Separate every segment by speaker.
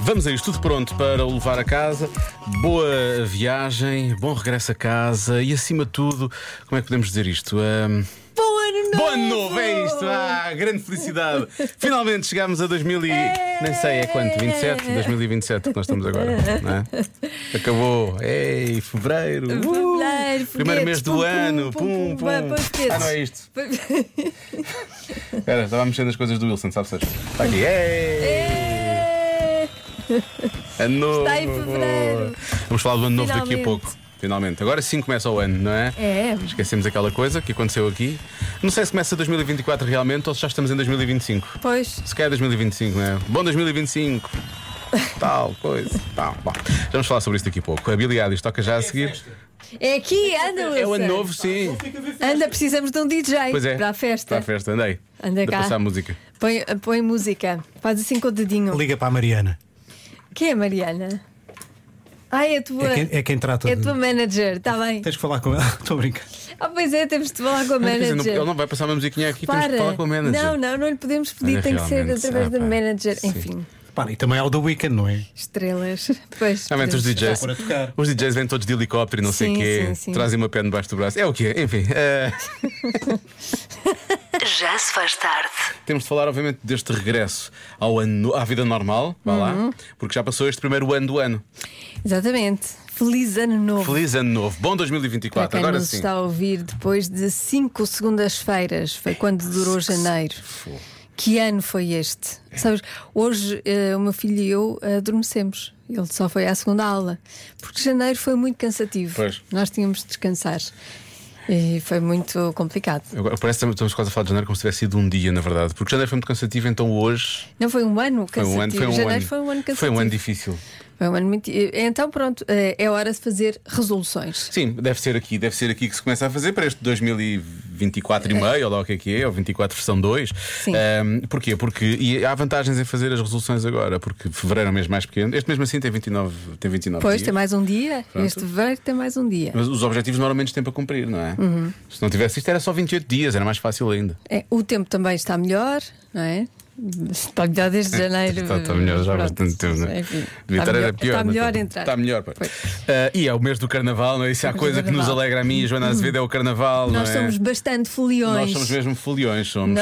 Speaker 1: Vamos a isto tudo pronto para o levar a casa. Boa viagem, bom regresso a casa e, acima de tudo, como é que podemos dizer isto? Ahm,
Speaker 2: Bom ano novo!
Speaker 1: Bom ano novo! É isto! Ah, grande felicidade! Finalmente chegámos a 2000 e. Nem sei, é quanto? 27? 2027 que nós estamos agora, não é? Acabou! Ei, fevereiro! Uh!
Speaker 2: Fevereiro,
Speaker 1: primeiro
Speaker 2: foguetes,
Speaker 1: mês do
Speaker 2: pum, pum,
Speaker 1: ano! Pum, pum!
Speaker 2: pum, pum, foguetes.
Speaker 1: Ah, não é isto! Espera, estava a mexer nas coisas do Wilson, sabe? Sérgio? Está aqui! Ei!
Speaker 2: É!
Speaker 1: Ano É novo!
Speaker 2: Está em fevereiro.
Speaker 1: Vamos falar do ano novo daqui a
Speaker 2: Finalmente.
Speaker 1: pouco. Finalmente. Agora sim começa o ano, não é?
Speaker 2: É.
Speaker 1: Esquecemos aquela coisa que aconteceu aqui. Não sei se começa 2024 realmente ou se já estamos em 2025.
Speaker 2: Pois.
Speaker 1: Se calhar é 2025, não é? Bom 2025. Tal coisa. Tal. Bom, já vamos falar sobre isso daqui a pouco. A Billy Eilish toca já a seguir.
Speaker 2: É aqui, anda, Wilson.
Speaker 1: É o ano novo, sim.
Speaker 2: Anda, precisamos de um DJ
Speaker 1: Pois é.
Speaker 2: para a
Speaker 1: Para
Speaker 2: festa.
Speaker 1: a festa, andei.
Speaker 2: Anda
Speaker 1: De
Speaker 2: cá.
Speaker 1: passar a música.
Speaker 2: Põe, põe música. Faz assim com o dedinho.
Speaker 3: Liga para a Mariana.
Speaker 2: Quem é a Mariana? Ai, é a tua.
Speaker 3: É quem, é quem trata.
Speaker 2: é a
Speaker 3: de-
Speaker 2: tua manager, está bem.
Speaker 3: Tens que falar com ela. Estou a brincar.
Speaker 2: Ah, pois é, temos de falar com a
Speaker 1: Quer dizer,
Speaker 2: manager.
Speaker 1: não- ele não vai passar uma musiquinha aqui, temos
Speaker 2: Para.
Speaker 1: que falar com a manager.
Speaker 2: Não, não, não lhe podemos pedir,
Speaker 1: Olha,
Speaker 2: tem que ser
Speaker 1: realmente,
Speaker 2: através da
Speaker 1: ah, pá.
Speaker 2: manager.
Speaker 1: Sim.
Speaker 2: Enfim,
Speaker 3: Pá, e também é o do Weekend, não é?
Speaker 2: estrelas. Pois.
Speaker 1: Realmente Ah, os
Speaker 2: podemos-
Speaker 1: DJs.
Speaker 3: Para tocar.
Speaker 1: Os DJs vêm todos de helicóptero e não sei o
Speaker 2: Sim,
Speaker 1: quê.
Speaker 2: sim, sim.
Speaker 1: Trazem uma perna debaixo do braço. É o quê? Enfim. eh,
Speaker 4: Já se faz tarde.
Speaker 1: Temos de falar, obviamente, deste regresso ao ano, à vida normal, vá
Speaker 2: Uhum.
Speaker 1: lá, porque já passou este primeiro ano do ano.
Speaker 2: Exatamente. Feliz ano novo.
Speaker 1: Feliz ano novo, bom
Speaker 2: Para
Speaker 1: 2024,
Speaker 2: quem
Speaker 1: agora
Speaker 2: nos
Speaker 1: sim.
Speaker 2: está a ouvir depois de cinco segundas-feiras, foi quando durou janeiro. Que ano foi este? Sabes, hoje eh, o meu filho e eu eh, adormecemos. Ele só foi à segunda aula, porque janeiro foi muito cansativo.
Speaker 1: Pois.
Speaker 2: Nós tínhamos de descansar. E foi muito complicado.
Speaker 1: Agora, parece que estamos quase a falar de janeiro como se tivesse sido um dia, na verdade, porque janeiro foi muito cansativo, então hoje
Speaker 2: Não foi um ano
Speaker 1: foi
Speaker 2: cansativo.
Speaker 1: um ano, foi um
Speaker 2: janeiro
Speaker 1: ano,
Speaker 2: foi um ano cansativo.
Speaker 1: foi um ano difícil.
Speaker 2: Foi um ano muito- eh, Então, pronto, eh, é hora de fazer resoluções.
Speaker 1: Sim, deve ser aqui, deve ser aqui que se começa a fazer para este 2024 e meio, ou lá o que é que é, ou 24 versão 2.
Speaker 2: Sim.
Speaker 1: Ahm, porquê? Porque e há vantagens em fazer as resoluções agora, porque fevereiro é um mês mais pequeno. Este mesmo assim tem 29, tem 29
Speaker 2: Pois,
Speaker 1: dias.
Speaker 2: tem mais um dia.
Speaker 1: Pronto.
Speaker 2: Este verão tem mais um dia.
Speaker 1: Mas os objetivos normalmente têm para cumprir, não é?
Speaker 2: Uhum.
Speaker 1: Se não tivesse isto, era só 28 dias, era mais fácil ainda.
Speaker 2: É, o tempo também está melhor, não é? Está melhor desde janeiro.
Speaker 1: Está, está melhor já há
Speaker 2: Pronto,
Speaker 1: bastante tempo, não é?
Speaker 2: enfim,
Speaker 1: Devia
Speaker 2: está
Speaker 1: estar era
Speaker 2: melhor,
Speaker 1: pior.
Speaker 2: Está
Speaker 1: mas tá
Speaker 2: melhor
Speaker 1: bom.
Speaker 2: entrar.
Speaker 1: Está melhor, pois.
Speaker 2: Pois.
Speaker 1: Ah, e é o mês do carnaval, não é? Isso é a
Speaker 2: Mês do
Speaker 1: coisa que nos
Speaker 2: carnaval.
Speaker 1: alegra a mim e a Joana Azevedo é o carnaval,
Speaker 2: Nós
Speaker 1: não é?
Speaker 2: somos bastante foliões.
Speaker 1: Nós somos mesmo foliões, somos.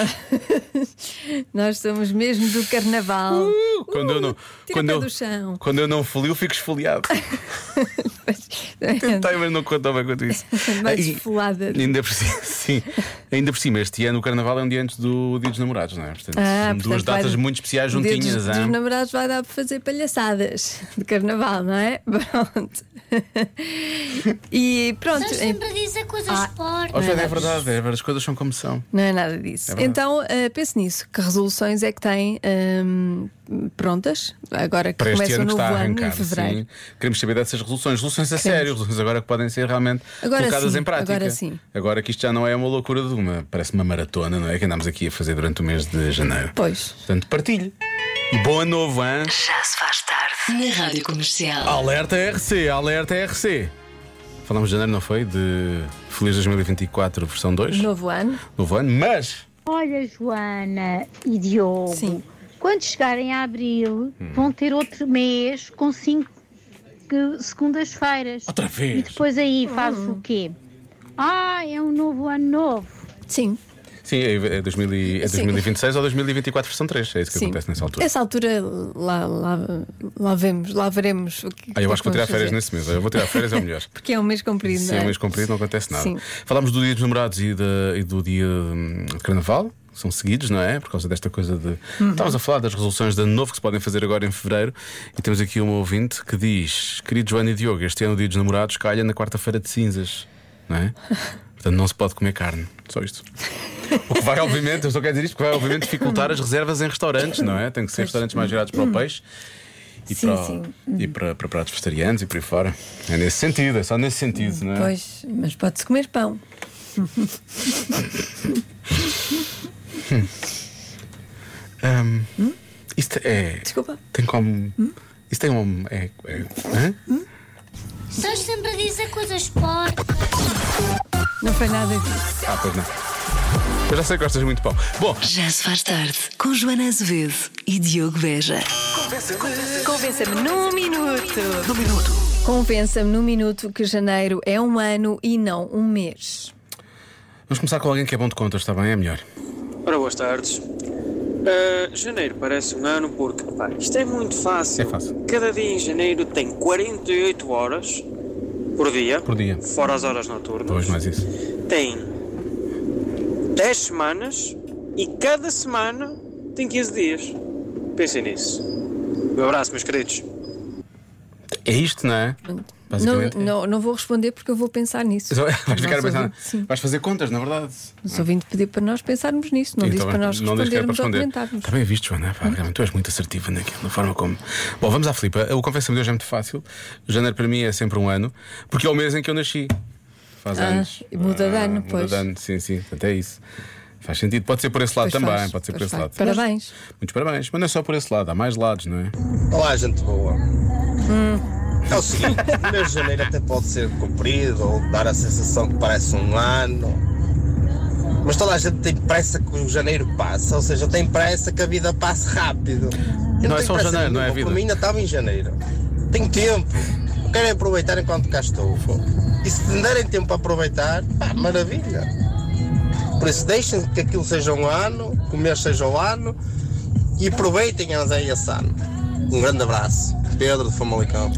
Speaker 2: Nós somos mesmo do carnaval.
Speaker 1: Uh, Quando eu não.
Speaker 2: Uh, tira
Speaker 1: quando,
Speaker 2: o pé
Speaker 1: eu,
Speaker 2: do chão.
Speaker 1: quando eu não folio, fico esfoliado. Tentei, mas não contava quanto isso.
Speaker 2: Mais
Speaker 1: Ah, e-
Speaker 2: esfolada.
Speaker 1: Ainda por cima, sim. Ainda por cima, este ano o carnaval é um dia antes do Dia dos Namorados, não é? Portanto,
Speaker 2: Ah,
Speaker 1: são duas
Speaker 2: portanto, vai-
Speaker 1: datas muito especiais
Speaker 2: o dia
Speaker 1: juntinhas.
Speaker 2: Dos,
Speaker 1: ah?
Speaker 2: dos namorados vai dar para fazer palhaçadas de carnaval, não é? Pronto. e pronto.
Speaker 5: Mas
Speaker 2: em-
Speaker 5: sempre dizer coisas
Speaker 2: é- Ah.
Speaker 1: Ó,
Speaker 5: fortes.
Speaker 1: Joana, é verdade, é verdade, as coisas são como são.
Speaker 2: Não é nada disso.
Speaker 1: verdade.
Speaker 2: então, eh, pense nisso. Que resoluções é que tem hum, prontas? Agora que
Speaker 1: Para este
Speaker 2: começa o
Speaker 1: ano que
Speaker 2: novo
Speaker 1: está a
Speaker 2: ano,
Speaker 1: arrancar,
Speaker 2: em fevereiro.
Speaker 1: sim. Queremos saber dessas resoluções, resoluções a sério, resoluções agora que podem ser realmente
Speaker 2: Agora
Speaker 1: colocadas
Speaker 2: sim,
Speaker 1: em prática.
Speaker 2: agora sim.
Speaker 1: Agora que isto já não é uma loucura de uma, parece uma maratona, não é? Que andamos aqui a fazer durante o mês de janeiro.
Speaker 2: Pois.
Speaker 1: Portanto, partilhe. E boa novo, hein?
Speaker 4: Já se faz tarde. Na Rádio Comercial.
Speaker 1: Alerta RC, alerta RC. Falamos de janeiro, não foi? De Feliz 2024, versão 2,
Speaker 2: Novo ano.
Speaker 1: novo ano, mas.
Speaker 6: Olha, Joana e Diogo,
Speaker 2: Sim.
Speaker 6: quando chegarem a abril,
Speaker 1: Hum.
Speaker 6: vão ter outro mês com cinco que- segundas-feiras.
Speaker 1: Outra
Speaker 6: E
Speaker 1: vez!
Speaker 6: depois
Speaker 7: Hum.
Speaker 6: aí faz o quê? Ah, é um novo ano novo.
Speaker 2: Sim,
Speaker 1: Sim, é, é 2000 e- é
Speaker 2: Sim.
Speaker 1: 2026 ou 2024, versão 3. É isso que
Speaker 2: sim.
Speaker 1: acontece nessa altura.
Speaker 2: Nessa altura lá, lá, lá vemos, lá veremos o que
Speaker 1: Ah, eu acho que vou tirar
Speaker 2: vamos
Speaker 1: férias
Speaker 2: fazer.
Speaker 1: nesse mês. Eu vou tirar férias, é o melhor.
Speaker 2: Porque é um mês comprido,
Speaker 1: Se é
Speaker 2: não é?
Speaker 1: um mês comprido, não acontece nada.
Speaker 2: Sim.
Speaker 1: Falámos do dia dos namorados e, da- e do dia hum, de carnaval. que São seguidos, não é? Por causa desta coisa de.
Speaker 2: Uhum.
Speaker 1: Estávamos a falar das resoluções de ano novo que se podem fazer agora em fevereiro e temos aqui um ouvinte que diz: Querido Joana e Diogo, este ano o dia dos namorados calha na quarta-feira de cinzas, não é? Portanto, não se pode comer carne, só isto. O que vai, obviamente, eu só quero dizer isto, porque vai, obviamente, dificultar as reservas em restaurantes, não é? Tem que ser restaurantes mais virados para o peixe e,
Speaker 2: Uhum. Sim,
Speaker 1: para,
Speaker 2: sim.
Speaker 1: e para, para pratos vegetarianos e por aí fora. É nesse sentido, é só nesse sentido, não é?
Speaker 2: Pois, mas pode-se comer pão.
Speaker 1: Ahm,
Speaker 2: Hum?
Speaker 1: isto é.
Speaker 2: Desculpa.
Speaker 1: Tem como. Isso tem um. É, é, hã?
Speaker 5: Estás sempre a dizer coisas fortes.
Speaker 2: Não foi nada disso.
Speaker 1: Ah, pois não. Eu já sei que gostas muito de pão. Bom,
Speaker 4: Já se faz tarde. Com Joana Azevedo e Diogo Veja.
Speaker 2: Convença-me num minuto. Convença-me num minuto que janeiro é um ano e não um mês.
Speaker 1: Vamos começar com alguém que é bom de contas, está bem? É melhor.
Speaker 8: Ora, boas tardes. Ah, janeiro parece um ano porque pá, isto é muito fácil.
Speaker 1: É fácil.
Speaker 8: Cada dia em janeiro tem 48 horas por dia,
Speaker 1: Por dia.
Speaker 8: fora as horas noturnas.
Speaker 1: Dois mais isso.
Speaker 8: Tem 10 semanas e cada semana tem 15 dias. Pensem nisso. Um abraço, meus queridos.
Speaker 1: É isto, não é?
Speaker 2: Não,
Speaker 1: Basicamente.
Speaker 2: não, não vou responder porque eu vou pensar nisso.
Speaker 1: Só- Vais ficar a
Speaker 2: Nosso
Speaker 1: pensar.
Speaker 2: ouvinte- Sim,
Speaker 1: Vais fazer contas, na verdade.
Speaker 2: nos ouvinte pediu para nós pensarmos nisso, não
Speaker 1: Então,
Speaker 2: disse para nós
Speaker 1: não disse que era
Speaker 2: respondermos ou
Speaker 1: para responder.
Speaker 2: comentarmos. Hum.
Speaker 1: Está bem visto, Joana. Pá, realmente, tu és muito assertiva naquilo, na forma como. Bom, vamos à Filipa. O confesso-me de hoje é muito fácil. Janeiro para mim é sempre um ano, porque é o mês em que eu nasci. Faz
Speaker 2: Ah,
Speaker 1: anos.
Speaker 2: e muda de ano,
Speaker 1: muda
Speaker 2: pois.
Speaker 1: de ano, sim, sim. Portanto, é isso. Faz sentido. Pode ser por esse lado
Speaker 2: Pois
Speaker 1: também.
Speaker 2: faz,
Speaker 1: pode ser por
Speaker 2: pois
Speaker 1: esse lado.
Speaker 2: faz. Parabéns.
Speaker 1: Muitos parabéns. Mas não é só por esse lado, há mais lados, não é?
Speaker 9: Olá, gente boa. É o seguinte, o mês de janeiro até pode ser comprido ou dar a sensação que parece um ano. Mas toda a gente tem pressa que o janeiro passa, ou seja, tem pressa que a vida passe rápido. Eu
Speaker 1: Não é
Speaker 9: tenho
Speaker 1: só o
Speaker 9: pressa
Speaker 1: janeiro, não é a
Speaker 9: nenhuma,
Speaker 1: vida.
Speaker 9: Por mim ainda estava em janeiro. Tenho tempo. Eu Quero é aproveitar enquanto cá estou. E se me derem tempo para aproveitar, pá, maravilha. Por isso deixem que aquilo seja um ano, que o mês seja o ano e aproveitem a Zé e esse ano. Um grande abraço. Pedro de Famalicão.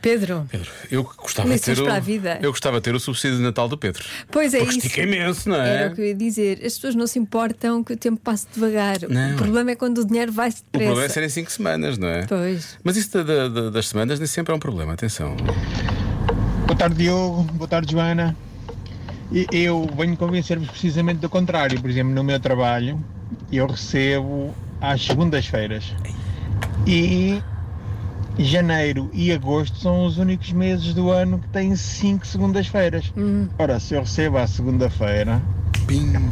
Speaker 2: Pedro,
Speaker 1: Pedro, eu gostava de
Speaker 2: Lições
Speaker 1: ter. O,
Speaker 2: para a vida.
Speaker 1: Eu gostava de ter o subsídio de Natal do Pedro.
Speaker 2: pois é
Speaker 1: Porque
Speaker 2: isso.
Speaker 1: estica imenso, não é?
Speaker 2: Era o que eu ia dizer. As pessoas não se importam que o tempo passe devagar.
Speaker 1: Não.
Speaker 2: O problema é quando o dinheiro vai
Speaker 1: O problema é
Speaker 2: depressa.
Speaker 1: serem 5 semanas, não é?
Speaker 2: Pois.
Speaker 1: Mas isso da- da- da- das semanas nem sempre é um problema, atenção.
Speaker 10: Boa tarde, Diogo. Boa tarde, Joana. E- Eu venho convencer-vos precisamente do contrário. Por exemplo, no meu trabalho, eu recebo às segundas-feiras. E janeiro e agosto são os únicos meses do ano que têm cinco segundas-feiras. Ora, se eu recebo à segunda-feira,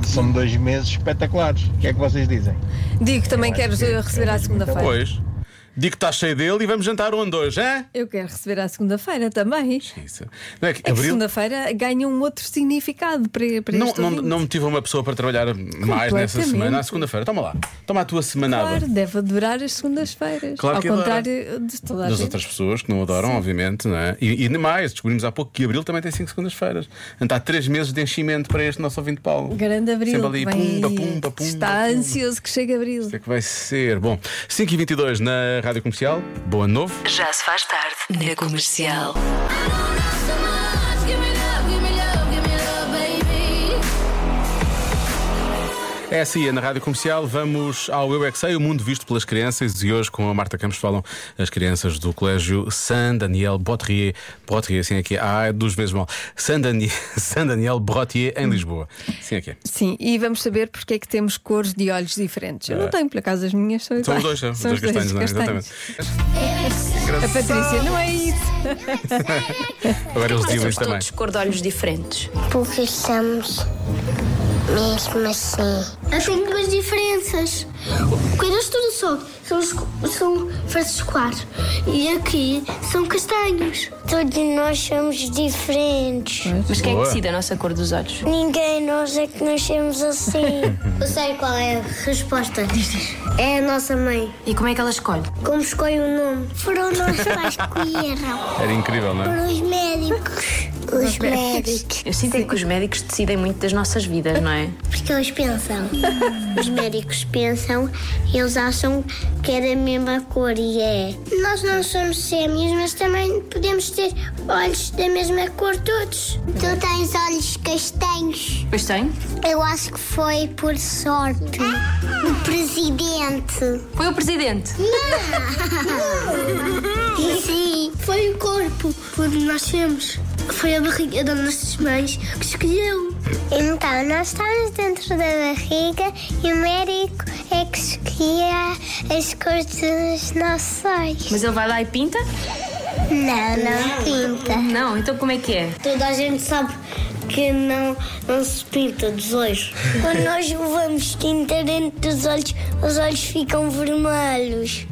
Speaker 10: são dois meses espetaculares. O que é que vocês dizem?
Speaker 2: Digo que também queres
Speaker 10: que-
Speaker 2: eh, receber à segunda-feira.
Speaker 1: é Pois. Digo que está cheio dele e vamos jantar onde hoje, é?
Speaker 2: Eu quero receber à segunda-feira também.
Speaker 1: Isso. Não é que
Speaker 2: É que
Speaker 1: abril.
Speaker 2: segunda-feira ganha um outro significado para, para
Speaker 1: Não,
Speaker 2: este
Speaker 1: não,
Speaker 2: ouvinte.
Speaker 1: não motiva uma pessoa para trabalhar mais nessa
Speaker 2: Completamente.
Speaker 1: semana. À segunda-feira, toma lá. Toma a tua semanada.
Speaker 2: Claro, deve adorar as segundas-feiras.
Speaker 1: Claro
Speaker 2: Ao
Speaker 1: que adora.
Speaker 2: contrário de toda a
Speaker 1: Das
Speaker 2: gente.
Speaker 1: outras pessoas que não adoram, obviamente, não é? E, e mais, descobrimos há pouco que abril também tem 5 segundas-feiras. Portanto, há 3 meses de enchimento para este nosso ouvinte Paulo.
Speaker 2: Grande abril.
Speaker 1: Sempre ali,
Speaker 2: vem
Speaker 1: pumba,
Speaker 2: aí.
Speaker 1: pumba, pumba,
Speaker 2: Está
Speaker 1: pumba.
Speaker 2: ansioso que chegue abril.
Speaker 1: O que é que vai ser? Bom, 5h22 na Rádio Comercial. Boa ano novo.
Speaker 4: Já se faz tarde na comercial.
Speaker 1: É assim, é na Rádio Comercial vamos ao Eu é Que Sei, o mundo visto pelas crianças e hoje com a Marta Campos falam as crianças do Colégio San Daniel Botrier, Botrier, assim aqui, ah, é dos vezes mal, San, Dani, San Daniel Botrier em Lisboa, assim aqui.
Speaker 2: Sim, e vamos saber porque é que temos cores de olhos diferentes. Eu não tenho, por acaso as minhas são
Speaker 1: É. São
Speaker 2: iguais.
Speaker 1: os dois, são os dois castanhos, não é? Exatamente.
Speaker 2: A Patrícia, não é isso?
Speaker 1: Agora eles dizem
Speaker 11: Somos
Speaker 1: isso também.
Speaker 11: todos cor de olhos diferentes.
Speaker 5: Porque estamos mesmo assim. Eu tenho duas diferenças. Coisas tudo são, são, os- são fazes claros. E aqui são castanhos. Todos nós somos diferentes.
Speaker 11: Mas quem é que
Speaker 1: Boa.
Speaker 11: decide a nossa cor dos olhos?
Speaker 5: Ninguém nós é que nascemos assim. Eu sei qual é a resposta. É a nossa mãe.
Speaker 11: E como é que ela escolhe?
Speaker 5: Como escolhe o nome? Foram nós pais que escolheram.
Speaker 1: Era incrível, não é?
Speaker 5: Foram os médicos. Os médicos.
Speaker 11: Eu sinto é que os médicos decidem muito das nossas vidas, não é?
Speaker 5: Porque eles pensam. Os médicos pensam e eles acham que é da mesma cor e é. Nós não somos gêmeos, mas também podemos ter olhos da mesma cor todos. Tu tens olhos castanhos.
Speaker 11: Pois tem.
Speaker 5: Eu acho que foi por sorte do presidente.
Speaker 11: Foi o presidente.
Speaker 5: Ah! Sim, foi o corpo onde nascemos. Foi a barriga das nossas mães que escolheu. Então, nós estávamos dentro da barriga e o médico é que escolhia as cores dos nossos olhos.
Speaker 11: Mas ele vai lá e pinta?
Speaker 5: Não, não pinta.
Speaker 11: Não, então como é que é?
Speaker 5: Toda a gente sabe que não, não se pinta dos olhos. Quando nós vamos tinta dentro dos olhos, os olhos ficam vermelhos.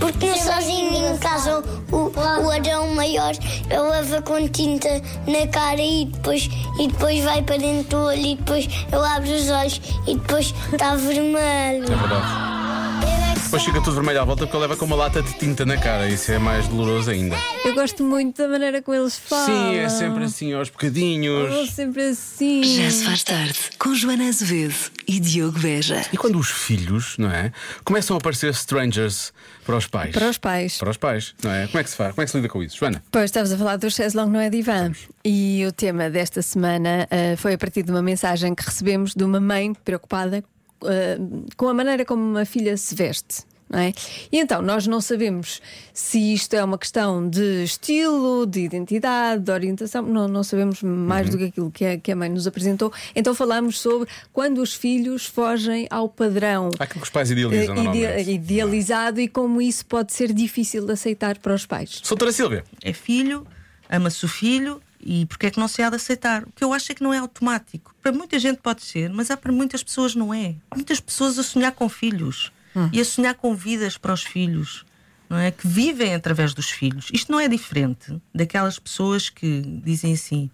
Speaker 5: Porque no sozinho em casa o, o Adão maior ele leva com tinta na cara e depois, e depois vai para dentro do olho e depois eu abro os olhos e depois está vermelho.
Speaker 1: É verdade.
Speaker 5: Eu é que
Speaker 1: Depois fica tudo vermelho à volta porque ele leva com uma lata de tinta na cara. Isso é mais doloroso ainda.
Speaker 2: Eu gosto muito da maneira como eles falam.
Speaker 1: Sim, é sempre assim, aos
Speaker 2: Falam
Speaker 1: bocadinhos.
Speaker 2: sempre assim.
Speaker 4: Já se faz tarde com Joana Azevedo e Diogo Beja.
Speaker 1: E quando os filhos, não é? Começam a parecer strangers para os pais.
Speaker 2: Para os pais.
Speaker 1: Para os pais, não é? Como é que se faz? Como é que se lida com isso? Joana?
Speaker 2: Pois estávamos a falar do Chess Long não é divã. E o tema desta semana ah, foi a partir de uma mensagem que recebemos de uma mãe preocupada ah, com a maneira como uma filha se veste. Não é? E então, nós não sabemos se isto é uma questão de estilo, de identidade, de orientação, não, não sabemos mais do que aquilo que a, que a mãe nos apresentou. Então, falámos sobre quando os filhos fogem ao padrão
Speaker 1: Há aquilo que os pais
Speaker 2: eh,
Speaker 1: idealizam,
Speaker 2: ide-
Speaker 1: Ah, normalmente.
Speaker 2: idealizado e como isso pode ser difícil de aceitar para os pais.
Speaker 1: Soutora Silvia.
Speaker 12: é filho, ama-se o filho e porque é que não se há de aceitar? O que eu acho é que não é automático. Para muita gente pode ser, mas há para muitas pessoas não é. Há muitas pessoas a sonhar com filhos e a sonhar com vidas para os filhos, não é? Que vivem através dos filhos. Isto não é diferente daquelas pessoas que dizem assim: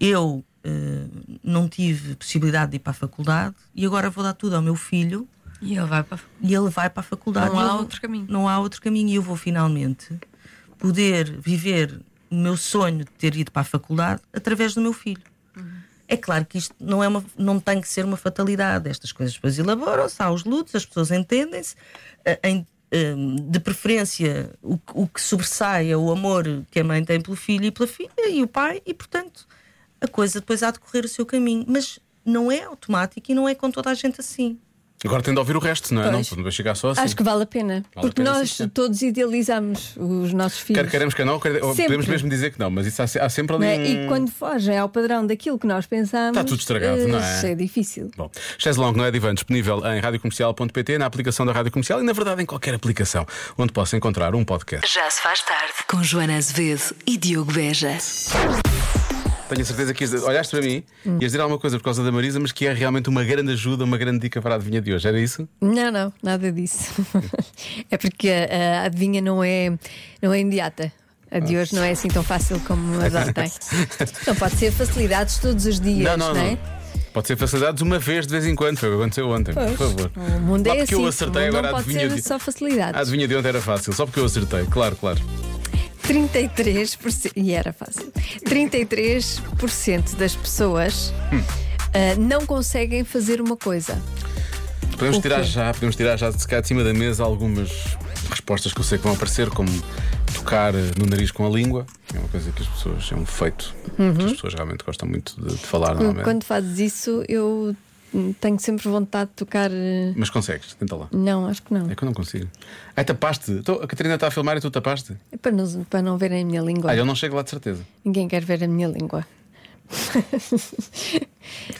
Speaker 12: eu eh, não tive possibilidade de ir para a faculdade e agora vou dar tudo ao meu filho
Speaker 11: E ele vai para a
Speaker 12: e ele vai para a faculdade.
Speaker 11: Não
Speaker 12: E eu
Speaker 11: há
Speaker 12: vou-
Speaker 11: outro caminho.
Speaker 12: Não há outro caminho e eu vou finalmente poder viver o meu sonho de ter ido para a faculdade através do meu filho. É claro que isto não, é uma, não tem que ser uma fatalidade. Estas coisas depois elaboram-se, há os lutos, as pessoas entendem-se. eh, em- em, de preferência, o, que- o que sobressai é o amor que a mãe tem pelo filho e pela filha e o pai, e portanto a coisa depois há de correr o seu caminho. Mas não é automático e não é com toda a gente assim.
Speaker 1: Agora tem de ouvir o resto, não é?
Speaker 2: Pois.
Speaker 1: Não, não vai chegar só assim.
Speaker 2: Acho que vale a pena.
Speaker 1: Vale a
Speaker 2: porque
Speaker 1: pena,
Speaker 2: nós
Speaker 1: sim, sim.
Speaker 2: todos idealizamos os nossos filhos.
Speaker 1: Quer queremos que não, quer- ou
Speaker 2: Sempre.
Speaker 1: podemos mesmo dizer que não, mas isso há, se- há sempre ali.
Speaker 2: não é?
Speaker 1: um-
Speaker 2: E quando fogem ao padrão daquilo que nós pensamos.
Speaker 1: Está tudo estragado,
Speaker 2: eh,
Speaker 1: não é?
Speaker 2: isso É difícil.
Speaker 1: Bom, Chaz Long não é divã disponível em radiocomercial.pt, na aplicação da Rádio Comercial e, na verdade, em qualquer aplicação onde possa encontrar um podcast.
Speaker 4: Já se faz tarde com Joana Azevedo e Diogo Beja.
Speaker 1: Tenho a certeza que ias- olhaste para mim
Speaker 2: Hum.
Speaker 1: e ias dizer alguma coisa por causa da Marisa, mas que é realmente uma grande ajuda, uma grande dica para a adivinha de hoje. Era isso?
Speaker 2: Não, não, nada disso. é porque a a adivinha não é, não é imediata. A de hoje não é assim tão fácil como a de ontem. Não pode ser facilidades todos os dias,
Speaker 1: não, não,
Speaker 2: é?
Speaker 1: não. Pode ser facilidades uma vez de vez em quando, foi o que aconteceu ontem, por
Speaker 2: Pois,
Speaker 1: favor.
Speaker 2: O mundo
Speaker 1: Lá
Speaker 2: é
Speaker 1: porque
Speaker 2: assim.
Speaker 1: eu acertei
Speaker 2: o mundo
Speaker 1: agora
Speaker 2: não
Speaker 1: a
Speaker 2: pode
Speaker 1: adivinha
Speaker 2: ser
Speaker 1: de-
Speaker 2: só facilidades.
Speaker 1: A adivinha de ontem era fácil, só porque eu acertei, claro, claro.
Speaker 2: 33%, e era fácil, 33% das pessoas
Speaker 1: Hum.
Speaker 2: ah, não conseguem fazer uma coisa.
Speaker 1: Ah, Podemos
Speaker 2: O
Speaker 1: tirar
Speaker 2: quê?
Speaker 1: já, podemos tirar já de cá de cima da mesa algumas respostas que eu sei que vão aparecer, como tocar eh, no nariz com a língua, que é uma coisa que as pessoas, é um feito que as pessoas realmente gostam muito de, de falar
Speaker 2: Uhum. Hum,
Speaker 1: normalmente.
Speaker 2: Quando fazes isso, eu hum, tenho sempre vontade de tocar. eh,
Speaker 1: Mas consegues, tenta lá.
Speaker 2: Não, acho que não.
Speaker 1: É que eu não consigo. Ah, tapaste. Então, a Catarina está a filmar e tu tapaste?
Speaker 2: É para não, para não verem a minha língua.
Speaker 1: Ah, eu não chego lá de certeza.
Speaker 2: Ninguém quer ver a minha língua.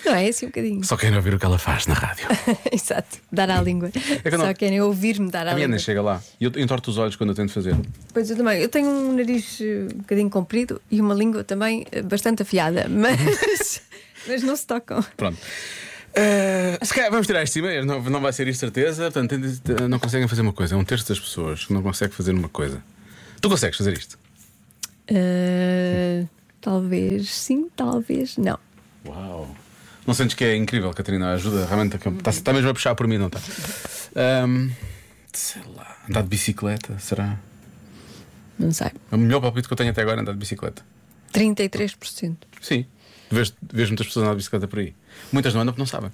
Speaker 2: não é assim um bocadinho.
Speaker 1: Só querem ouvir o que ela faz na rádio.
Speaker 2: Exato, dar à língua.
Speaker 1: É que eu não-
Speaker 2: Só querem ouvir-me dar à
Speaker 1: A minha
Speaker 2: língua.
Speaker 1: nem chega lá. E eu entorto os olhos quando eu tento fazer.
Speaker 2: Pois eu também. Eu tenho um nariz eh, um bocadinho comprido e uma língua também eh, bastante afiada, mas, mas não se tocam.
Speaker 1: Pronto. Eh, se calhar vamos tirar isto de cima, não, não vai ser isto certeza. Portanto, tem- não conseguem fazer uma coisa. É um terço das pessoas que não consegue fazer uma coisa. Tu consegues fazer isto?
Speaker 2: Eh, talvez sim, talvez não.
Speaker 1: Uau! Não sentes que é incrível, Catarina? Ajuda realmente. Está tá mesmo a puxar por mim, não está? Ahm, sei lá. Andar de bicicleta, será?
Speaker 2: Não sei.
Speaker 1: É o melhor palpite que eu tenho até agora é andar de bicicleta.
Speaker 2: 33%.
Speaker 1: Sim. Vês, vês muitas pessoas andar de bicicleta por aí. Muitas não andam porque não sabem.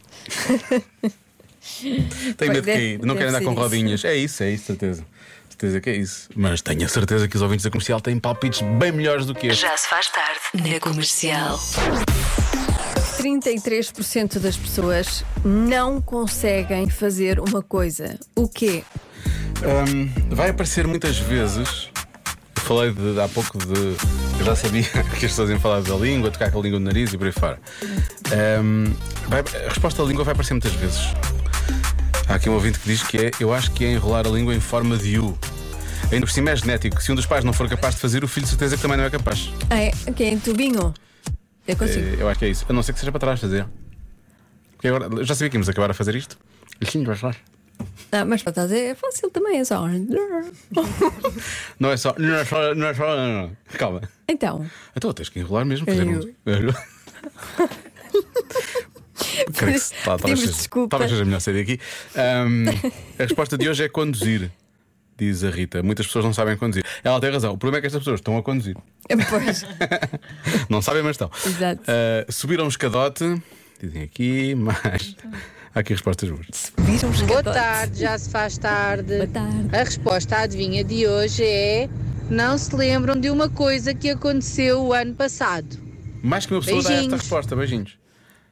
Speaker 1: Tenho medo de
Speaker 2: deve-
Speaker 1: cair, não
Speaker 2: deve
Speaker 1: quero andar
Speaker 2: ser
Speaker 1: com
Speaker 2: isso.
Speaker 1: rodinhas. É isso, é isso, certeza. Certeza que é isso. Mas tenho a certeza que os ouvintes da comercial têm palpites bem melhores do que este.
Speaker 4: Já se faz tarde na comercial.
Speaker 2: 33% das pessoas não conseguem fazer uma coisa. O quê?
Speaker 1: Hum, vai aparecer muitas vezes. eu Falei de- há pouco de. Eu já sabia que as pessoas iam falar da língua, tocar com a língua no nariz e por aí fora. Hum, vai- a resposta da língua vai aparecer muitas vezes. Há aqui um ouvinte que diz que é: Eu acho que é enrolar a língua em forma de U. Ainda por cima é genético. Se um dos pais não for capaz de fazer, o filho de certeza que também não é capaz.
Speaker 2: Ah, é, que é em tubinho? Eu consigo.
Speaker 1: Eh, Eu acho que é isso. A não ser que seja para trás fazer. Porque agora, eu já sabia que íamos acabar a fazer isto. Sim, para trás.
Speaker 2: Ah, mas para fazer é fácil também, é só.
Speaker 1: Não é só. Não é só. Não é só. não, não. Calma.
Speaker 2: Então,
Speaker 1: um Então tens que enrolar mesmo,
Speaker 2: É
Speaker 1: fazer
Speaker 2: eu.
Speaker 1: um. Creio que se- tá- talvez,
Speaker 2: Pedimos
Speaker 1: seja,
Speaker 2: desculpa.
Speaker 1: talvez seja melhor sair daqui. Ahm, a resposta de hoje é conduzir, diz a Rita. Muitas pessoas não sabem conduzir. Ela tem razão. O problema é que estas pessoas estão a conduzir.
Speaker 2: Pois,
Speaker 1: Não sabem, mas estão.
Speaker 2: exato.
Speaker 1: Ah, subiram um escadote, dizem aqui, mas
Speaker 2: Então.
Speaker 1: há aqui respostas boas.
Speaker 2: um
Speaker 7: Boa tarde, já se faz tarde. A resposta à adivinha de hoje é: não se lembram de uma coisa que aconteceu o ano passado.
Speaker 1: Mais que uma pessoa dá esta
Speaker 7: Beijinhos.
Speaker 1: resposta, beijinhos.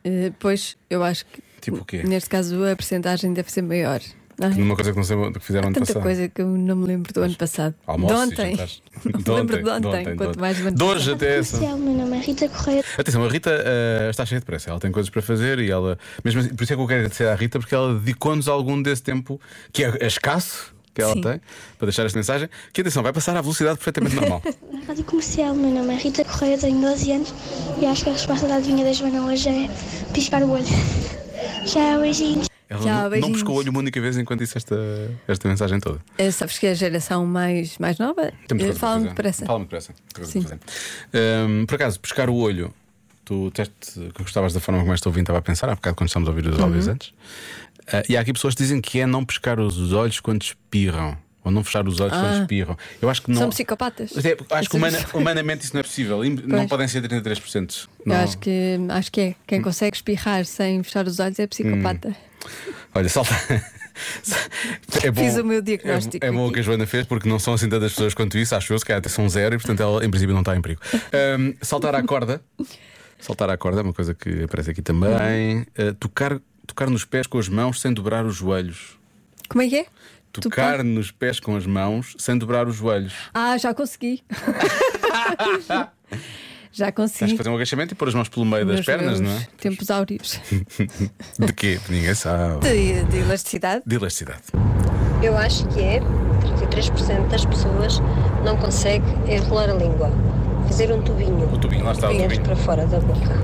Speaker 2: Eh, pois, eu acho que
Speaker 1: Tipo o quê?
Speaker 2: neste caso a percentagem deve ser maior. não é?
Speaker 1: Numa coisa que não sei o que fizeram ano
Speaker 2: Tanta
Speaker 1: passado.
Speaker 2: coisa que eu não me lembro do ano passado.
Speaker 1: Almoços e
Speaker 2: de ontem.
Speaker 1: jantares.
Speaker 2: Não me lembro de ontem, quanto mais do ano
Speaker 1: De hoje até essa.
Speaker 5: Meu nome é Rita Correia.
Speaker 1: Atenção, a Rita eh, está cheia de pressa, ela tem coisas para fazer e ela. Mesmo assim, por isso é que eu quero agradecer à Rita, porque ela dedicou-nos algum desse tempo que é, é escasso que ela
Speaker 5: Sim.
Speaker 1: tem para deixar esta mensagem. Que atenção, vai passar à velocidade perfeitamente normal.
Speaker 5: Na Rádio Comercial, meu nome é Rita Correia, tenho 12 anos e acho que a resposta da adivinha da Joana hoje é piscar o olho. é Tchau, beijinhos.
Speaker 1: Ela
Speaker 2: Tchau,
Speaker 1: não, não
Speaker 2: beijinhos.
Speaker 1: pescou o olho uma única vez enquanto disse esta, esta mensagem toda.
Speaker 2: Eh, sabes que a geração mais, mais nova
Speaker 1: Temos
Speaker 2: eh,
Speaker 1: coisa para
Speaker 2: fala-me
Speaker 1: fazer.
Speaker 2: depressa.
Speaker 1: Fala-me depressa. Tem coisa
Speaker 2: Sim.
Speaker 1: para fazer. Ahm, por acaso, pescar o olho, tu teste que gostavas da forma como esta ouvinte estava a pensar, há bocado quando estamos a ouvir os
Speaker 2: Uhum.
Speaker 1: áudios antes. Ah, e há aqui pessoas que dizem que é não pescar os os olhos quando espirram. Ou não fechar os olhos
Speaker 2: Ah.
Speaker 1: quando espirram. Eu acho que não.
Speaker 2: São psicopatas.
Speaker 1: Até acho que humana-
Speaker 2: Essas-
Speaker 1: humanamente isso não é possível. Im- Não
Speaker 2: Pois.
Speaker 1: podem ser 33%.
Speaker 2: Eu
Speaker 1: Não. Hum.
Speaker 2: acho que, acho que é. Quem consegue espirrar sem fechar os olhos é psicopata.
Speaker 1: Olha, salta. É bom,
Speaker 2: Fiz o meu diagnóstico
Speaker 1: É, é bom o que a Joana fez, porque não são assim tantas pessoas quanto isso, acho eu, se calhar até são zero, e portanto ela em princípio não está em perigo. Ahm, saltar à corda. Saltar à corda é uma coisa que aparece aqui também. Ah, tocar, tocar nos pés com as mãos sem dobrar os joelhos.
Speaker 2: Como é que é?
Speaker 1: Tocar nos pés com as mãos sem dobrar os joelhos.
Speaker 2: Ah, já consegui.
Speaker 1: Tens
Speaker 2: já
Speaker 1: que
Speaker 2: consegui.
Speaker 1: fazer um agachamento e pôr as mãos pelo meio das
Speaker 2: Nos
Speaker 1: pernas,
Speaker 2: meus
Speaker 1: não é?
Speaker 2: Tempos áureos.
Speaker 1: De quê? Ninguém sabe.
Speaker 2: De, de elasticidade.
Speaker 1: De elasticidade.
Speaker 13: Eu acho que é 33% das pessoas não consegue enrolar a língua, fazer um tubinho.
Speaker 1: O tubinho, lá está o
Speaker 13: Tubinhos
Speaker 1: Tá,
Speaker 13: para
Speaker 1: tubinho.
Speaker 13: fora da boca.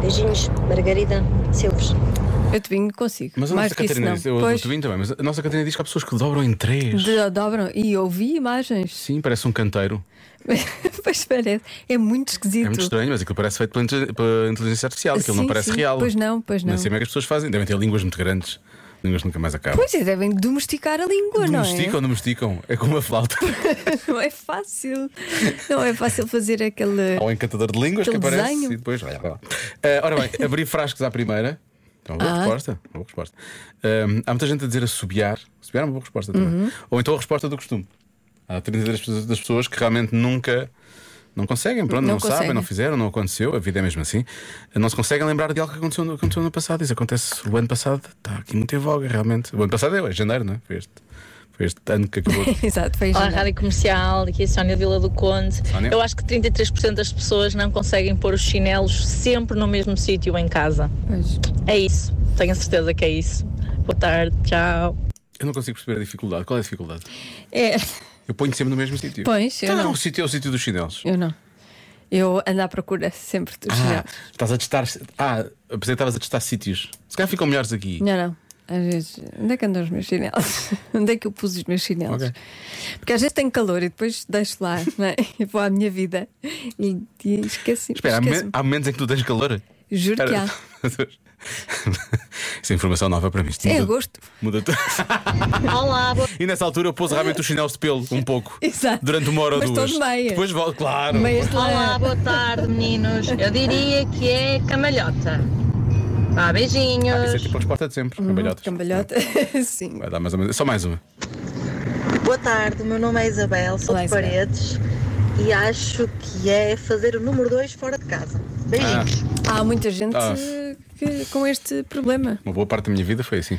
Speaker 13: Beijinhos, Margarida Silves.
Speaker 2: Eu tubinho consigo.
Speaker 1: Mas é a
Speaker 2: Mais
Speaker 1: nossa
Speaker 2: que isso
Speaker 1: Catarina
Speaker 2: não.
Speaker 1: diz, eu, eu
Speaker 2: Pois,
Speaker 1: também, mas a nossa Catarina diz que há pessoas que dobram em três.
Speaker 2: de- ah, dobram. E ouvi imagens.
Speaker 1: Sim, parece um canteiro.
Speaker 2: pois parece. É muito esquisito.
Speaker 1: É muito estranho, mas aquilo parece feito pela inte- pela inteligência artificial, aquilo não
Speaker 2: Sim,
Speaker 1: parece
Speaker 2: sim.
Speaker 1: real.
Speaker 2: Pois não, pois não.
Speaker 1: Não sei como é que as pessoas fazem, devem ter línguas muito grandes, línguas que nunca mais acabam.
Speaker 2: Pois é, devem domesticar a língua, não é?
Speaker 1: Domesticam ou não domesticam? É como uma flauta.
Speaker 2: Não é fácil. Não é fácil fazer aquele.
Speaker 1: Há um encantador de línguas que
Speaker 2: Aquele
Speaker 1: aparece
Speaker 2: desenho.
Speaker 1: e depois. Olha, lá. Ah, ora bem, abrir frascos à primeira. É uma boa
Speaker 2: Ah.
Speaker 1: resposta. uma boa resposta. Ahm, há muita gente a dizer assobiar. Assobiar é uma boa resposta também.
Speaker 2: Uhum.
Speaker 1: Ou então a resposta do costume. Há 33% das pessoas que realmente nunca. Não conseguem, pronto, não,
Speaker 2: Não
Speaker 1: sabem,
Speaker 2: conseguem.
Speaker 1: não fizeram, não aconteceu, a vida é mesmo assim. Não se conseguem lembrar de algo que aconteceu no, aconteceu no ano passado. Isso acontece o ano passado, está aqui muito em voga, realmente. O ano passado é, é janeiro, não é? Foi este, foi este ano que acabou.
Speaker 2: Exato, foi
Speaker 14: Olá,
Speaker 2: janeiro.
Speaker 14: Rádio Comercial, aqui é Sónia Vila do Conde.
Speaker 1: Sónia.
Speaker 14: Eu acho que 33% das pessoas não conseguem pôr os chinelos sempre no mesmo sítio em casa. É isso, tenho a certeza que é isso. Boa tarde, tchau.
Speaker 1: Eu não consigo perceber a dificuldade. Qual é a dificuldade?
Speaker 2: É,
Speaker 1: Eu ponho sempre no mesmo sítio.
Speaker 2: Pões, eu
Speaker 1: Então,
Speaker 2: não.
Speaker 1: O sítio é o sítio dos chinelos.
Speaker 2: eu não. Eu ando à procura sempre dos
Speaker 1: Ah,
Speaker 2: chinelos.
Speaker 1: estás a testar. Ah, apesar de estavas a testar sítios. Se calhar ficam melhores aqui.
Speaker 2: Não, não. Às vezes, onde é que andam os meus chinelos? onde é que eu pus os meus chinelos?
Speaker 1: Ok.
Speaker 2: Porque às vezes tenho calor e depois deixo lá, não é? E vou à minha vida e, e esqueci.
Speaker 1: Espera, há,
Speaker 2: esqueço-me.
Speaker 1: momen- há momentos em que tu tens calor?
Speaker 2: Juro que
Speaker 1: Espera.
Speaker 2: há.
Speaker 1: Isso é informação nova para mim. Isto
Speaker 2: É
Speaker 1: muda-
Speaker 2: agosto.
Speaker 1: Muda tudo.
Speaker 14: Olá, boa
Speaker 1: E nessa altura eu pus realmente os chinelos de pelo um pouco.
Speaker 2: Exato.
Speaker 1: Durante uma hora
Speaker 2: Mas
Speaker 1: ou
Speaker 2: estou
Speaker 1: duas.
Speaker 2: de meias.
Speaker 1: Depois volto, claro.
Speaker 15: É.
Speaker 14: Olá, boa tarde, meninos. Eu diria que é camalhota. Vá,
Speaker 15: Ah,
Speaker 1: Isso é
Speaker 14: beijinhos.
Speaker 1: tipo a resposta de
Speaker 2: Uhum.
Speaker 1: sempre. Cambalhotas.
Speaker 2: Cambalhota, sim.
Speaker 1: Vai dar mais ou menos. Só mais uma.
Speaker 15: Boa tarde, o meu nome é Isabel, sou de
Speaker 7: é.
Speaker 15: Paredes e acho que é fazer o número 2 fora de casa. Beijinhos.
Speaker 2: Há muita gente
Speaker 1: Ah.
Speaker 2: que- com este problema.
Speaker 1: Uma boa parte da minha vida foi assim.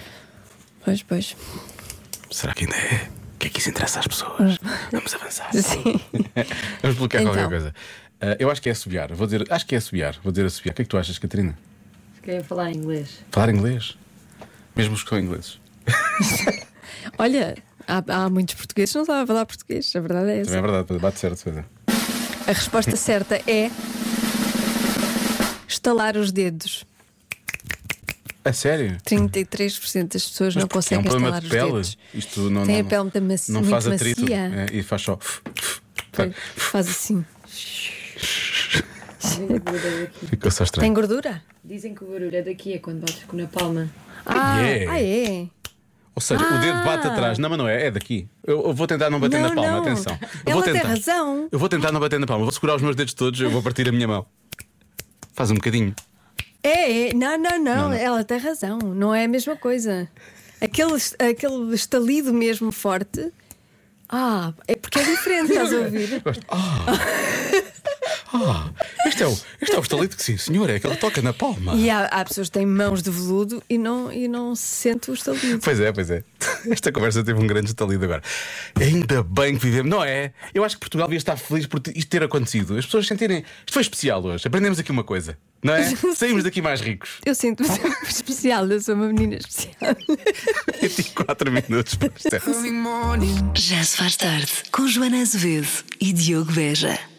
Speaker 2: Pois, pois.
Speaker 1: Será que ainda é? O que é que isso interessa às pessoas? Vamos avançar.
Speaker 2: Sim.
Speaker 1: Vamos bloquear qualquer
Speaker 2: Então.
Speaker 1: coisa. Ah, eu acho que é assobiar. Vou dizer, acho que é assobiar. Vou dizer assobiar. O que é que tu achas, Catarina?
Speaker 11: Fiquei a é falar inglês.
Speaker 1: Falar inglês? Mesmo os que são ingleses.
Speaker 2: Olha, há, há muitos portugueses que não sabem falar português, a verdade é
Speaker 1: Também é
Speaker 2: essa.
Speaker 1: verdade, bate certo. pois é.
Speaker 2: A resposta certa é. estalar os dedos.
Speaker 1: A sério?
Speaker 2: 33% das pessoas
Speaker 1: Mas
Speaker 2: não
Speaker 1: porque é um
Speaker 2: conseguem
Speaker 1: problema
Speaker 2: estalar
Speaker 1: de
Speaker 2: os
Speaker 1: pele.
Speaker 2: dedos.
Speaker 1: Isto não, não,
Speaker 2: Tem a pele muito maci-
Speaker 1: não
Speaker 2: muito
Speaker 1: faz atrito
Speaker 2: macia.
Speaker 1: é, e faz só.
Speaker 2: Pois, Faz assim.
Speaker 11: Tem gordura daqui.
Speaker 1: Ficou só estranho.
Speaker 2: gordura?
Speaker 11: Dizem que o barulho é daqui, é quando bates com na palma.
Speaker 2: Ah,
Speaker 1: Yeah.
Speaker 2: ah, é.
Speaker 1: Ou seja, o dedo
Speaker 2: Ah.
Speaker 1: bate atrás. Não, mas não é, é daqui. Eu, eu vou tentar não bater
Speaker 2: Não,
Speaker 1: na palma,
Speaker 2: não.
Speaker 1: atenção. Eu
Speaker 2: Ela
Speaker 1: vou
Speaker 2: tem
Speaker 1: tentar.
Speaker 2: razão.
Speaker 1: Eu vou tentar não bater na palma. Vou segurar os meus dedos todos, eu vou partir a minha mão. Faz um bocadinho.
Speaker 2: É, é. Não, não, não,
Speaker 1: Não, não.
Speaker 2: Ela tem razão. Não é a mesma coisa. Aquele, est- aquele estalido mesmo forte. Ah, é porque é diferente, estás a ouvir?
Speaker 1: Ah, este é o, este é o estalido que sim, senhor, é aquele que toca na palma.
Speaker 2: E há, há pessoas que têm mãos de veludo e não, e não se sente o estalido.
Speaker 1: Pois é, pois é. Esta conversa teve um grande estalido agora. Ainda bem que vivemos, não é? Eu acho que Portugal devia estar feliz por isto ter acontecido. As pessoas sentirem. Isto foi especial hoje. Aprendemos aqui uma coisa, não é? Saímos daqui mais ricos.
Speaker 2: Eu sinto-me sempre especial, eu sou uma menina especial.
Speaker 1: 24 minutos para as sete.
Speaker 4: Já se faz tarde com Joana Azevedo e Diogo Beja.